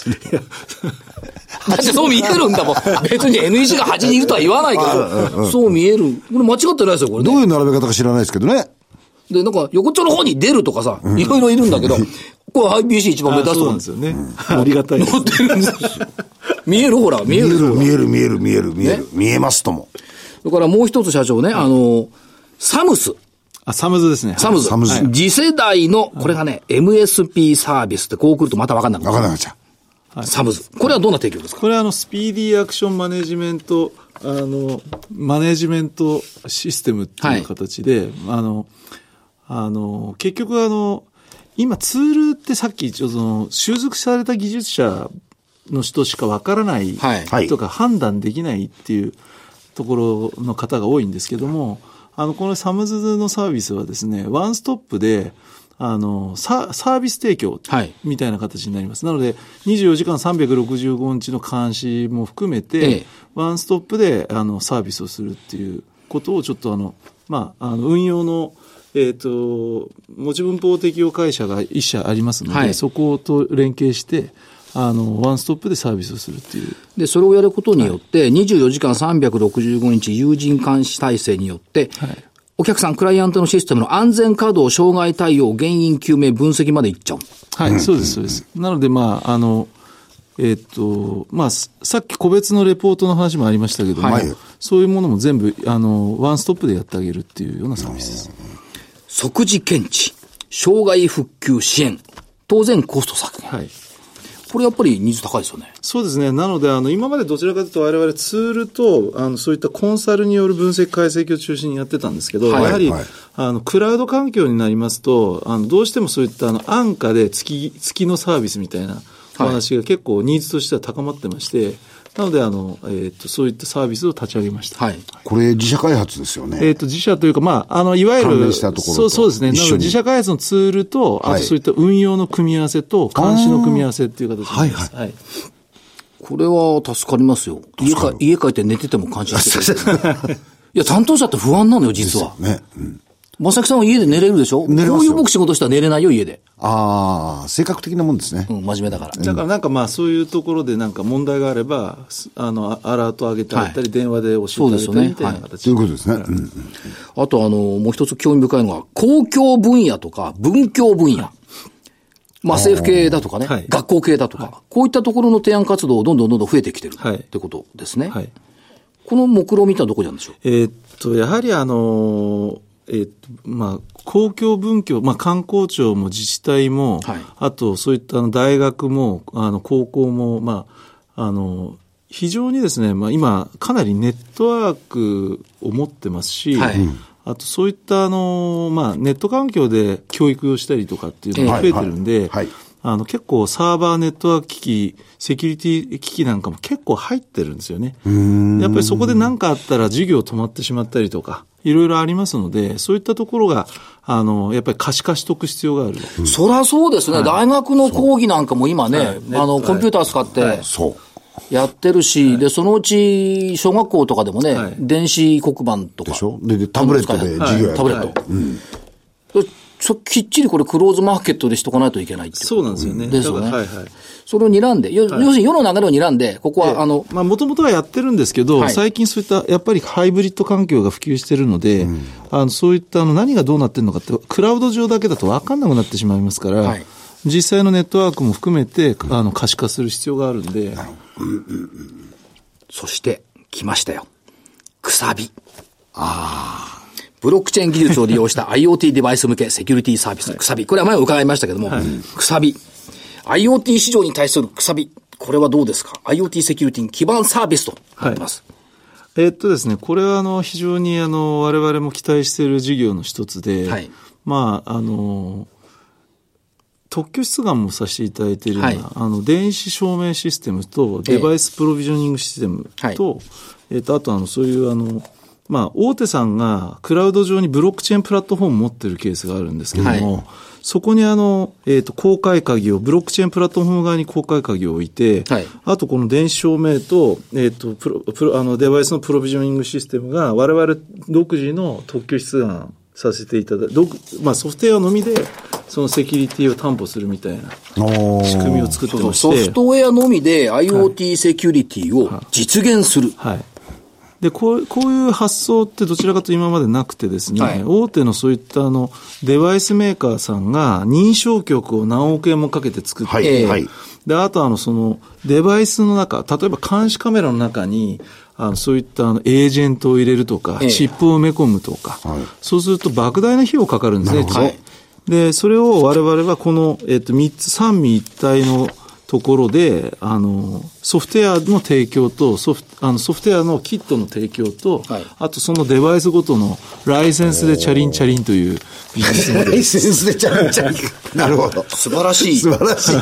[SPEAKER 1] る。 だってそう見えるんだもん。別に NEC が端にいるとは言わないけど、そう見える。これ間違ってないですよ、これ、ね。
[SPEAKER 3] どういう並べ方か知らないですけどね。
[SPEAKER 1] で、なんか横っちょの方に出るとかさ、いろいろいるんだけど、これ IBC 一番目
[SPEAKER 4] あ
[SPEAKER 1] 立つ
[SPEAKER 4] そう
[SPEAKER 1] とこ
[SPEAKER 4] なんですよね。ありがたいです
[SPEAKER 1] 乗ってるんですよ。見えるほら、見え
[SPEAKER 3] 見え
[SPEAKER 1] る。
[SPEAKER 3] る、見える、見える、見える、見える。見えますとも。
[SPEAKER 1] だからもう一つ社長ね、あの、サムス。
[SPEAKER 4] あ、サムズですね。はい
[SPEAKER 1] サムズ。
[SPEAKER 3] サムズ
[SPEAKER 1] はい次世代の、これがね、MSP サービスってこう来るとまたわかんなく
[SPEAKER 3] わ
[SPEAKER 1] な
[SPEAKER 3] か
[SPEAKER 1] る。
[SPEAKER 3] んなくなっちゃ
[SPEAKER 1] サムズ。これはどんな提供ですか
[SPEAKER 4] これはあの、スピーディーアクションマネジメント、あの、マネジメントシステムって
[SPEAKER 1] はいいう
[SPEAKER 4] 形で、あの、あの、結局あの、今ツールってさっき一応その、習熟された技術者の人しかわからない
[SPEAKER 1] はい
[SPEAKER 3] はい
[SPEAKER 4] とか判断できないっていうところの方が多いんですけども、あの、このサムズのサービスはですね、ワンストップで、あの、ササービス提供
[SPEAKER 1] はい
[SPEAKER 4] みたいな形になります。なので、24時間365日の監視も含めて、
[SPEAKER 1] ええ
[SPEAKER 4] ワンストップであのサービスをするっていうことをちょっとあの、まあ、あの運用の、えっ、と、文字文法適用会社が一社ありますので、
[SPEAKER 1] はい
[SPEAKER 4] そこと連携して、あの、ワンストップでサービスをするっていう。
[SPEAKER 1] で、それをやることによって、24時間365日有人監視体制によって、お客さん、クライアントのシステムの安全稼働、障害対応、原因究明、分析までいっちゃう。
[SPEAKER 4] はい、そうです、そうです。なので、まあ、あの、えっと、まあ、ささっき個別のレポートの話もありましたけども、
[SPEAKER 3] はい
[SPEAKER 4] そういうものも全部、あの、ワンストップでやってあげるっていうようなサービスです。
[SPEAKER 1] 即時検知、障害復旧支援、当然コスト削減。
[SPEAKER 4] はい。
[SPEAKER 1] これやっぱりニーズ高いですよね。
[SPEAKER 4] そうですね。なので、あの、今までどちらかというと我々ツールと、あの、そういったコンサルによる分析解析を中心にやってたんですけど、
[SPEAKER 1] はい
[SPEAKER 4] やはり、
[SPEAKER 3] はい
[SPEAKER 4] あの、クラウド環境になりますと、あの、どうしてもそういった、あの、安価で月、月のサービスみたいなお話が結構ニーズとしては高まってまして、なので、あの、えーっと、そういったサービスを立ち上げました。
[SPEAKER 1] はい。
[SPEAKER 3] う。これ自社開発ですよ
[SPEAKER 4] え
[SPEAKER 3] ね
[SPEAKER 4] っ。と自社というか、まあ、あのいわゆ
[SPEAKER 3] 関連
[SPEAKER 4] る
[SPEAKER 3] したところと
[SPEAKER 4] そうそうですね、
[SPEAKER 3] 一緒に
[SPEAKER 4] なので自社開発のツールと、あ
[SPEAKER 3] はい
[SPEAKER 4] とそういった運用の組み合わせと、監視の組み合わせっていう形になります。はい
[SPEAKER 1] これは助かりますよ。家
[SPEAKER 3] か
[SPEAKER 1] か
[SPEAKER 3] る
[SPEAKER 1] 家帰って寝てても監視してくれる。 いや、担当者って不安なのよ、実は。
[SPEAKER 3] ね。うん
[SPEAKER 1] まさきさんは家で寝れるでしょ
[SPEAKER 3] 寝れますよ
[SPEAKER 1] こういう僕仕事したら寝れないよ、家で。
[SPEAKER 3] ああ、性格的なもんですね
[SPEAKER 1] う。ん、真面目だから。
[SPEAKER 4] だからなんかまあそういうところでなんか問題があれば、すあの、アラート上げてあげた
[SPEAKER 1] は
[SPEAKER 4] り、電話で教えてあげたりみたいな
[SPEAKER 3] とい
[SPEAKER 4] 形
[SPEAKER 3] うことですね。うん
[SPEAKER 1] あと、あの、もう一つ興味深いのは、公共分野とか、文教分野。まあ、政府系だとかね、
[SPEAKER 4] はい
[SPEAKER 1] 学校系だとか、こういったところの提案活動をどんどんどんどん増えてきてる
[SPEAKER 4] はい
[SPEAKER 1] ってことですね。
[SPEAKER 4] はい。
[SPEAKER 1] この目論見たらどこにあるんでしょう
[SPEAKER 4] えーっと、やはりあの、えーっと、まあ、公共文教、まあ、観光庁も自治体も、
[SPEAKER 1] はい
[SPEAKER 4] あと、そういったあの大学も、あの、高校も、まあ、あの、非常にですね、まあ、今、かなりネットワークを持ってますし、
[SPEAKER 1] はいうん
[SPEAKER 4] あと、そういった、あの、まあ、ネット環境で教育をしたりとかっていうのが増えてるんで、
[SPEAKER 3] ええはいはいはい
[SPEAKER 4] あの、結構サーバーネットワーク機器、セキュリティ機器なんかも結構入ってるんですよね。やっぱりそこで何かあったら授業止まってしまったりとか、いろいろありますので、そういったところが、あの、やっぱり可視化しておく必要がある。
[SPEAKER 1] そりゃそうですね、大学の講義なんかも今ね、
[SPEAKER 4] はい
[SPEAKER 1] あの、
[SPEAKER 4] はい
[SPEAKER 1] コンピューター使って
[SPEAKER 3] そう。
[SPEAKER 1] やってるし、で、そのうち、小学校とかでもね、
[SPEAKER 4] はい
[SPEAKER 1] 電子黒板とか。
[SPEAKER 3] でしょででタブレットで授業やる
[SPEAKER 1] はいタブレット。でそきっちりこれクローズマーケットでしとかないといけないっていう
[SPEAKER 4] そうなんですよね。
[SPEAKER 1] ですよね
[SPEAKER 4] だからはいはい。
[SPEAKER 1] それを睨んで、よ要するに世の流れを睨んで、ここは、あの、
[SPEAKER 4] まあ、もともとはやってるんですけど、
[SPEAKER 1] はい
[SPEAKER 4] 最近そういった、やっぱりハイブリッド環境が普及してるので、あのそういったあの何がどうなってるのかって、クラウド上だけだと分かんなくなってしまいますから、
[SPEAKER 1] はい
[SPEAKER 4] 実際のネットワークも含めて、あの可視化する必要があるんで、
[SPEAKER 1] そして、来ましたよ。くさび。ああ。ブロックチェーン技術を利用した IoT デバイス向けセキュリティサービス、くさび。これは前も伺いましたけども、くさび。IoT 市場に対するくさび。これはどうですか ?IoT セキュリティに基盤サービスとなってます。
[SPEAKER 4] えっとですね、これはあの非常にあの我々も期待している事業の一つで、
[SPEAKER 1] はい
[SPEAKER 4] まああの特許出願もさせていただいているよう
[SPEAKER 1] は
[SPEAKER 4] な、
[SPEAKER 1] い
[SPEAKER 4] あの電子証明システムと
[SPEAKER 1] ええ
[SPEAKER 4] デバイスプロビジョニングシステム
[SPEAKER 1] はい
[SPEAKER 4] と、えっとあとあのそういうあのまあ大手さんがクラウド上にブロックチェーンプラットフォームを持ってるケースがあるんですけども、
[SPEAKER 1] はい
[SPEAKER 4] そこにあの、えっと公開鍵をブロックチェーンプラットフォーム側に公開鍵を置いて、
[SPEAKER 1] はい
[SPEAKER 4] あとこの電子証明と、えっ、と、プロ、プロ、あの、デバイスのプロビジョニングシステムが、我々独自の特許出願させていただいて、独まあソフトウェアのみで、そのセキュリティを担保するみたいな
[SPEAKER 3] おー
[SPEAKER 4] 仕組みを作ってまして。
[SPEAKER 1] ソフトウェアのみで IoT セキュリティを実現する。
[SPEAKER 4] はい。で、こう、こういう発想ってどちらかと今までなくてですね、
[SPEAKER 1] はい
[SPEAKER 4] 大手のそういったあの、デバイスメーカーさんが認証局を何億円もかけて作って、
[SPEAKER 3] はい
[SPEAKER 1] えー
[SPEAKER 3] はい
[SPEAKER 4] で、あとあの、その、デバイスの中、例えば監視カメラの中に、あのそういったあのエージェントを入れるとか、
[SPEAKER 1] ええ
[SPEAKER 4] チップを埋め込むとか、
[SPEAKER 3] はい
[SPEAKER 4] そうすると莫大な費用かかるんですね、
[SPEAKER 1] ほどはい
[SPEAKER 4] で、それを我々はこの、えっと、三つ、三位一体のところで、あの、ソフトウェアの提供と、ソフト、あの、ソフトウェアのキットの提供と、
[SPEAKER 1] はい
[SPEAKER 4] あとそのデバイスごとのライセンスでチャリンチャリンというビジネスモデル
[SPEAKER 3] ライセンスでちゃんちゃん。 なるほど。
[SPEAKER 1] 素晴らしい。
[SPEAKER 3] 素晴らしい。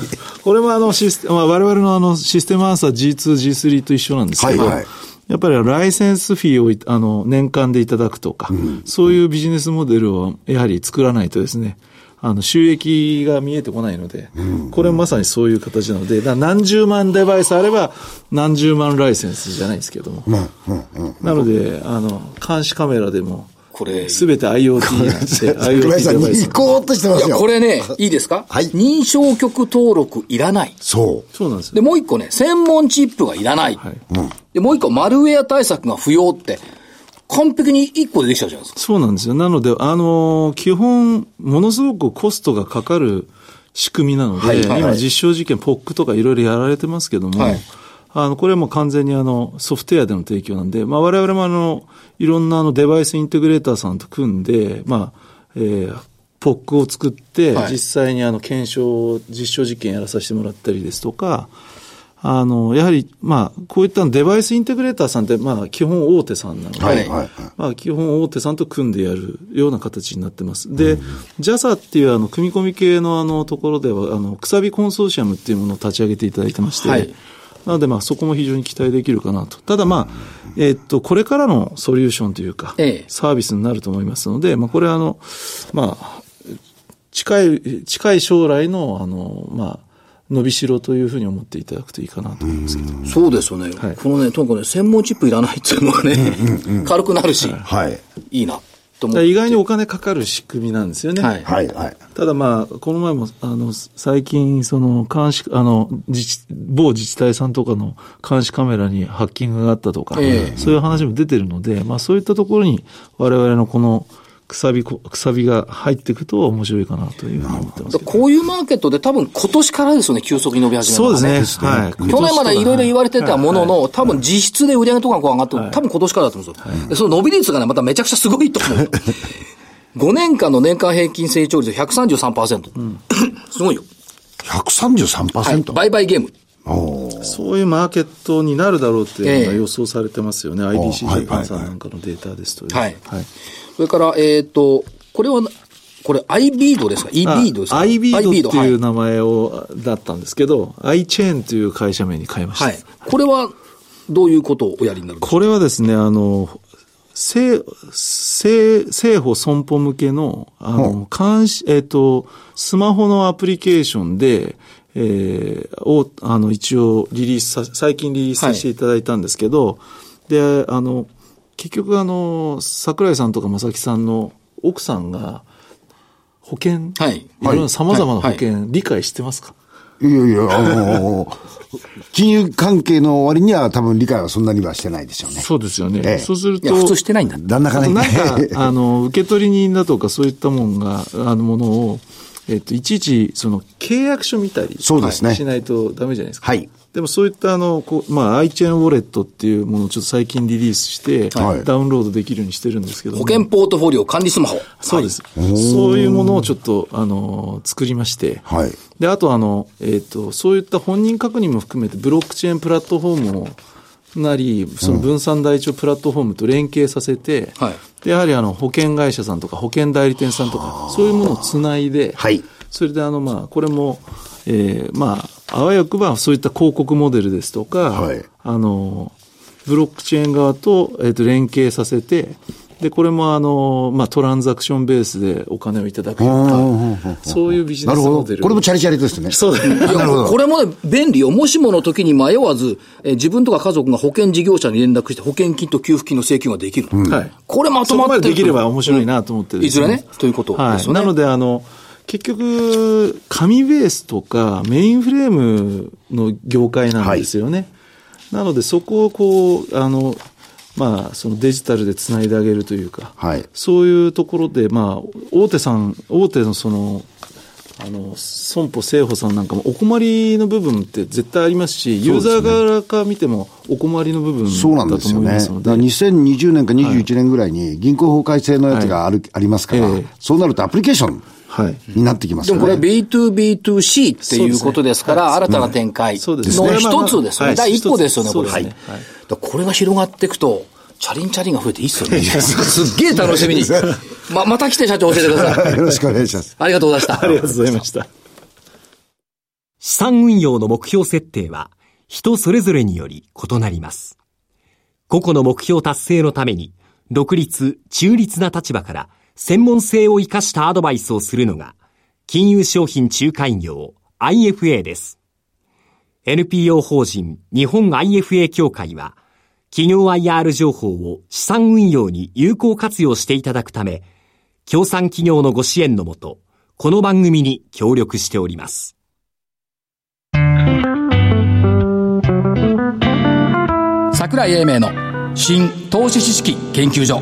[SPEAKER 4] これもあのシステ、まあ、我々のあのシステムアンサー G2、G3 と一緒なんですけど、
[SPEAKER 3] はいはい
[SPEAKER 4] やっぱりライセンスフィーをいあの年間でいただくとか、そういうビジネスモデルをやはり作らないとですね、あの収益が見えてこないので、これまさにそういう形なので、だから何十万デバイスあれば、何十万ライセンスじゃないですけども。なので、あの、監視カメラでも、
[SPEAKER 1] これ
[SPEAKER 4] すべ て IoT なんで、
[SPEAKER 3] 桜井さ
[SPEAKER 4] IoT
[SPEAKER 3] ん、
[SPEAKER 4] デバイス
[SPEAKER 3] 行。こうとしてま
[SPEAKER 1] い
[SPEAKER 3] す
[SPEAKER 1] や、
[SPEAKER 3] よ。
[SPEAKER 1] これね、いいですか
[SPEAKER 3] はい
[SPEAKER 1] 認証局登録いらない。
[SPEAKER 3] そう。
[SPEAKER 4] そうなんですよ
[SPEAKER 1] で、もう一個ね、専門チップがいらない。
[SPEAKER 4] はい
[SPEAKER 1] で、もう一個、マルウェア対策が不要って、完璧に一個でできちゃうじゃないですか。
[SPEAKER 4] そうなんですよ。なので、あのー基本、ものすごくコストがかかる仕組みなので、
[SPEAKER 1] はいはい
[SPEAKER 4] 今実証実験、ポックとかいろいろやられてますけども、
[SPEAKER 1] はい
[SPEAKER 4] あの、これはもう完全にあの、ソフトウェアでの提供なんで、まあ我々もあの、いろんなあの、デバイスインテグレーターさんと組んで、まあ、えーポックを作って、
[SPEAKER 1] はい
[SPEAKER 4] 実際にあの、検証、実証実験やらさせてもらったりですとか、あの、やはり、まあ、こういったデバイスインテグレーターさんって、まあ、基本大手さんなので、
[SPEAKER 3] はい
[SPEAKER 1] はい
[SPEAKER 3] はい。
[SPEAKER 4] まあ、基本大手さんと組んでやるような形になってます。で、JASA っていうあの組み込み系のあのところでは、あの、くさびコンソーシアムっていうものを立ち上げていただいてまして、
[SPEAKER 1] はい
[SPEAKER 4] なのでまあそこも非常に期待できるかなと。ただまあ、えっと、これからのソリューションというか、
[SPEAKER 1] ええ
[SPEAKER 4] サービスになると思いますので、まあこれはあの、まあ、近い、近い将来の、あの、まあ、伸びしろというふうに思っていただくといいかなと思いますけど。
[SPEAKER 1] そうですよね。
[SPEAKER 4] はい
[SPEAKER 1] このね、とにかくね、専門チップいらないっていうのがね、軽くなるし、
[SPEAKER 3] はい。
[SPEAKER 1] い、いな、と
[SPEAKER 4] だ
[SPEAKER 1] 思
[SPEAKER 4] か
[SPEAKER 1] っ
[SPEAKER 4] ら
[SPEAKER 1] て。
[SPEAKER 4] 意外にお金かかる仕組みなんですよね。
[SPEAKER 1] はい。
[SPEAKER 3] はい。はい。
[SPEAKER 4] ただまあ、この前も、あの、最近、その、監視、あの、自治、某自治体さんとかの監視カメラにハッキングがあったとか、
[SPEAKER 1] ええ
[SPEAKER 4] そういう話も出てるので、まあそういったところに、我々のこの、くさびこ、くさびが入っていくと面白いかなというふうに思ってます
[SPEAKER 1] だ
[SPEAKER 4] け
[SPEAKER 1] か
[SPEAKER 4] ど。
[SPEAKER 1] らこういうマーケットで多分今年からですよね、急速に伸び始めた
[SPEAKER 4] そ
[SPEAKER 1] の
[SPEAKER 4] う
[SPEAKER 1] が
[SPEAKER 4] ですね。はい。
[SPEAKER 1] 去年までいろいろ言われてたもの
[SPEAKER 4] はい
[SPEAKER 1] の、多分実質で売り上げとかがこう上がって、多分今年からだと思うんですよ。でその伸び率がね、まためちゃくちゃすごいと 思う。5年間の年間平均成長率133%。す ごいよ。はい。
[SPEAKER 3] 133%。
[SPEAKER 1] 売買ゲーム。
[SPEAKER 3] おー
[SPEAKER 4] そういうマーケットになるだろうっていうのが予想されてますよね。IDC ジ
[SPEAKER 3] はい
[SPEAKER 4] ャパンさんなんかのデータですとね。
[SPEAKER 1] はい
[SPEAKER 4] はい。
[SPEAKER 1] それから、えっと、これはな、これ i ビードですか ?e ビードですか
[SPEAKER 4] アイビードっていう
[SPEAKER 1] は
[SPEAKER 4] 名前を、だったんですけど、アイチェーンという会社名に変えました。
[SPEAKER 1] い。はい。これは、どういうことをおやりになるんですか
[SPEAKER 4] これはですね、あの、政、政、政府損保向けの、あの、監視、えっ、と、スマホのアプリケーションで、えー、を、あの、一応リリースさ、最近リリースさせていただいたんですけど、で、あの、結局あの、桜井さんとか正木さんの奥さんが、保険、
[SPEAKER 1] はい
[SPEAKER 4] ろいろな様々な保
[SPEAKER 1] はい
[SPEAKER 4] 険、理解してますか
[SPEAKER 3] いやいや、あの金融関係の終わりには多分理解はそんなにはしてないでしょうね。
[SPEAKER 4] そうですよね。
[SPEAKER 3] ええ
[SPEAKER 4] そうする
[SPEAKER 1] い
[SPEAKER 4] と
[SPEAKER 1] や、、普通してないんだ。
[SPEAKER 3] 旦那か
[SPEAKER 4] あ
[SPEAKER 3] ね
[SPEAKER 4] と。なんか、あの、受取人だとかそういったもんが、あの、ものを、えっと、いちいち、その、契約書見たり、
[SPEAKER 3] そうですね
[SPEAKER 4] はいしないとダメじゃないですか。
[SPEAKER 3] はい。
[SPEAKER 4] でもそういった、あの、こう、まあ、iChain ウォレットっていうものをちょっと最近リリースして、
[SPEAKER 3] はい
[SPEAKER 4] ダウンロードできるようにしてるんですけども
[SPEAKER 1] 保険ポートフォリオ管理スマホ。
[SPEAKER 4] そうです。そういうものをちょっと、あの、作りまして、
[SPEAKER 3] はい。
[SPEAKER 4] で、あとあの、えっ、と、そういった本人確認も含めて、ブロックチェーンプラットフォームを、なり、その分散台帳プラットフォームと連携させて、
[SPEAKER 1] はい
[SPEAKER 4] でやはりあの保険会社さんとか保険代理店さんとか、そういうものをつないで、
[SPEAKER 3] はい
[SPEAKER 4] それであの、まあ、これも、えーまあ、あわよくばそういった広告モデルですとか、
[SPEAKER 3] はい
[SPEAKER 4] あの、ブロックチェーン側と、えっ、と、連携させて、で、これもあの、まあ、トランザクションベースでお金をいただくとか、そういうビジ
[SPEAKER 3] な
[SPEAKER 4] ネス
[SPEAKER 3] る
[SPEAKER 4] モ
[SPEAKER 3] ほ
[SPEAKER 4] デ
[SPEAKER 3] ど。
[SPEAKER 4] ル。
[SPEAKER 3] これもチャリチャリですね。
[SPEAKER 4] そうだね。
[SPEAKER 1] いや、これもね、便利よ。もしもの時に迷わず、えー自分とか家族が保険事業者に連絡して保険金と給付金の請求ができる。
[SPEAKER 4] はい
[SPEAKER 1] これまとまって
[SPEAKER 4] そこま
[SPEAKER 1] る
[SPEAKER 4] でできれば面白いなと思って
[SPEAKER 1] う
[SPEAKER 4] る
[SPEAKER 1] んいずれね、ということですよね。
[SPEAKER 4] はい、なのであの結局紙ベースとかメインフレームの業界なんですよね、なのでそこをこうあのまあ、そのデジタルでつないであげるというか、
[SPEAKER 3] はい
[SPEAKER 4] そういうところで、まあ、大手さん、大手のその、あの、損保生保さんなんかもお困りの部分って絶対ありますし、ユーザー側から見てもお困りの部分
[SPEAKER 3] そうなん
[SPEAKER 4] だ
[SPEAKER 3] で
[SPEAKER 4] と
[SPEAKER 3] すよ
[SPEAKER 4] 思い
[SPEAKER 3] ね。だ
[SPEAKER 4] ま
[SPEAKER 3] か
[SPEAKER 4] す
[SPEAKER 3] ら
[SPEAKER 4] ので。
[SPEAKER 3] 2020年か21年ぐらいに銀行法改正のやつがある、ありますから、
[SPEAKER 4] ええ
[SPEAKER 3] そうなるとアプリケーション
[SPEAKER 4] はい。
[SPEAKER 3] になってきます
[SPEAKER 1] で
[SPEAKER 3] よ
[SPEAKER 1] も
[SPEAKER 3] ね。
[SPEAKER 1] これ B2B2C っていうことですから、
[SPEAKER 4] そう
[SPEAKER 1] 新たな展開
[SPEAKER 4] そう
[SPEAKER 1] の
[SPEAKER 4] ですね
[SPEAKER 1] 一つです
[SPEAKER 4] は
[SPEAKER 1] ね。
[SPEAKER 4] い
[SPEAKER 1] 第一歩ですよね、こ
[SPEAKER 4] そう
[SPEAKER 1] れ。
[SPEAKER 4] ですね
[SPEAKER 1] はい
[SPEAKER 4] はい
[SPEAKER 1] だからこれが広がっていくと、チャリンチャリンが増えていいっすよね。すっげえ楽しみに。 ま、また来て社長教えてく ださい。
[SPEAKER 3] よろしくお願いします。
[SPEAKER 1] ありがとうございました。
[SPEAKER 4] ありがとうございました。
[SPEAKER 5] 資産運用の目標設定は人それぞれにより異なります。個々の目標達成のために独立、中立な立場から専門性を生かしたアドバイスをするのが金融商品仲介業 IFA です。NPO 法人日本 IFA 協会は企業 IR 情報を資産運用に有効活用していただくため、協賛企業のご支援のもと、この番組に協力しております。
[SPEAKER 1] 桜井英明の新投資知識研究所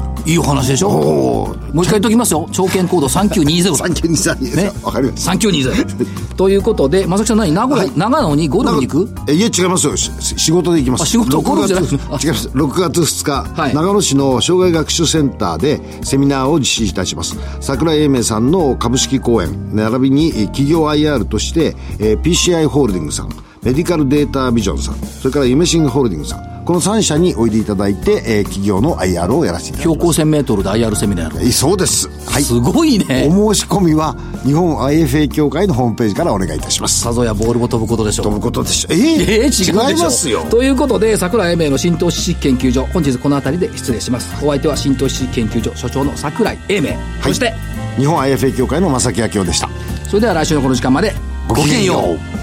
[SPEAKER 1] いいお話でしょもう一回言っときますよ証券コード3920
[SPEAKER 3] 3923
[SPEAKER 1] ね
[SPEAKER 3] わかります。
[SPEAKER 1] 3920ということで正木さん何名古屋、長野にゴルフに行く
[SPEAKER 3] えいや違いますよし仕事で行きます
[SPEAKER 1] あ仕事ゴルフ
[SPEAKER 3] 6
[SPEAKER 1] じゃなく
[SPEAKER 3] 月
[SPEAKER 1] て
[SPEAKER 3] 違います6月2日、
[SPEAKER 1] はい
[SPEAKER 3] 長野市の障害学習センターでセミナーを実施いたします桜井英明さんの株式講演並びにえー企業 IR として、えー PCI ホールディングさんメディカルデータビジョンさんそれから夢新ホールディングさんこの3社においでいただいて、えー企業の IR をやらせていただ
[SPEAKER 1] 標
[SPEAKER 3] き
[SPEAKER 1] 高 1000m で IR セミナーやろう
[SPEAKER 3] ますえそうですはい
[SPEAKER 1] すごいね
[SPEAKER 3] お申し込みは日本 IFA 協会のホームページからお願いいたします
[SPEAKER 1] さぞやボールも飛ぶことでしょう
[SPEAKER 3] 飛ぶことでしょえ
[SPEAKER 1] えー、違う
[SPEAKER 3] ー
[SPEAKER 1] でしょ
[SPEAKER 3] 違いますよ
[SPEAKER 1] ということで桜井英明の新投資知識研究所本日この辺りで失礼しますお相手は新投資知識研究所所長の桜井英明、そして
[SPEAKER 3] 日本 IFA 協会の正木明夫でした
[SPEAKER 1] それでは来週のこの時間までごきげんよう
[SPEAKER 3] う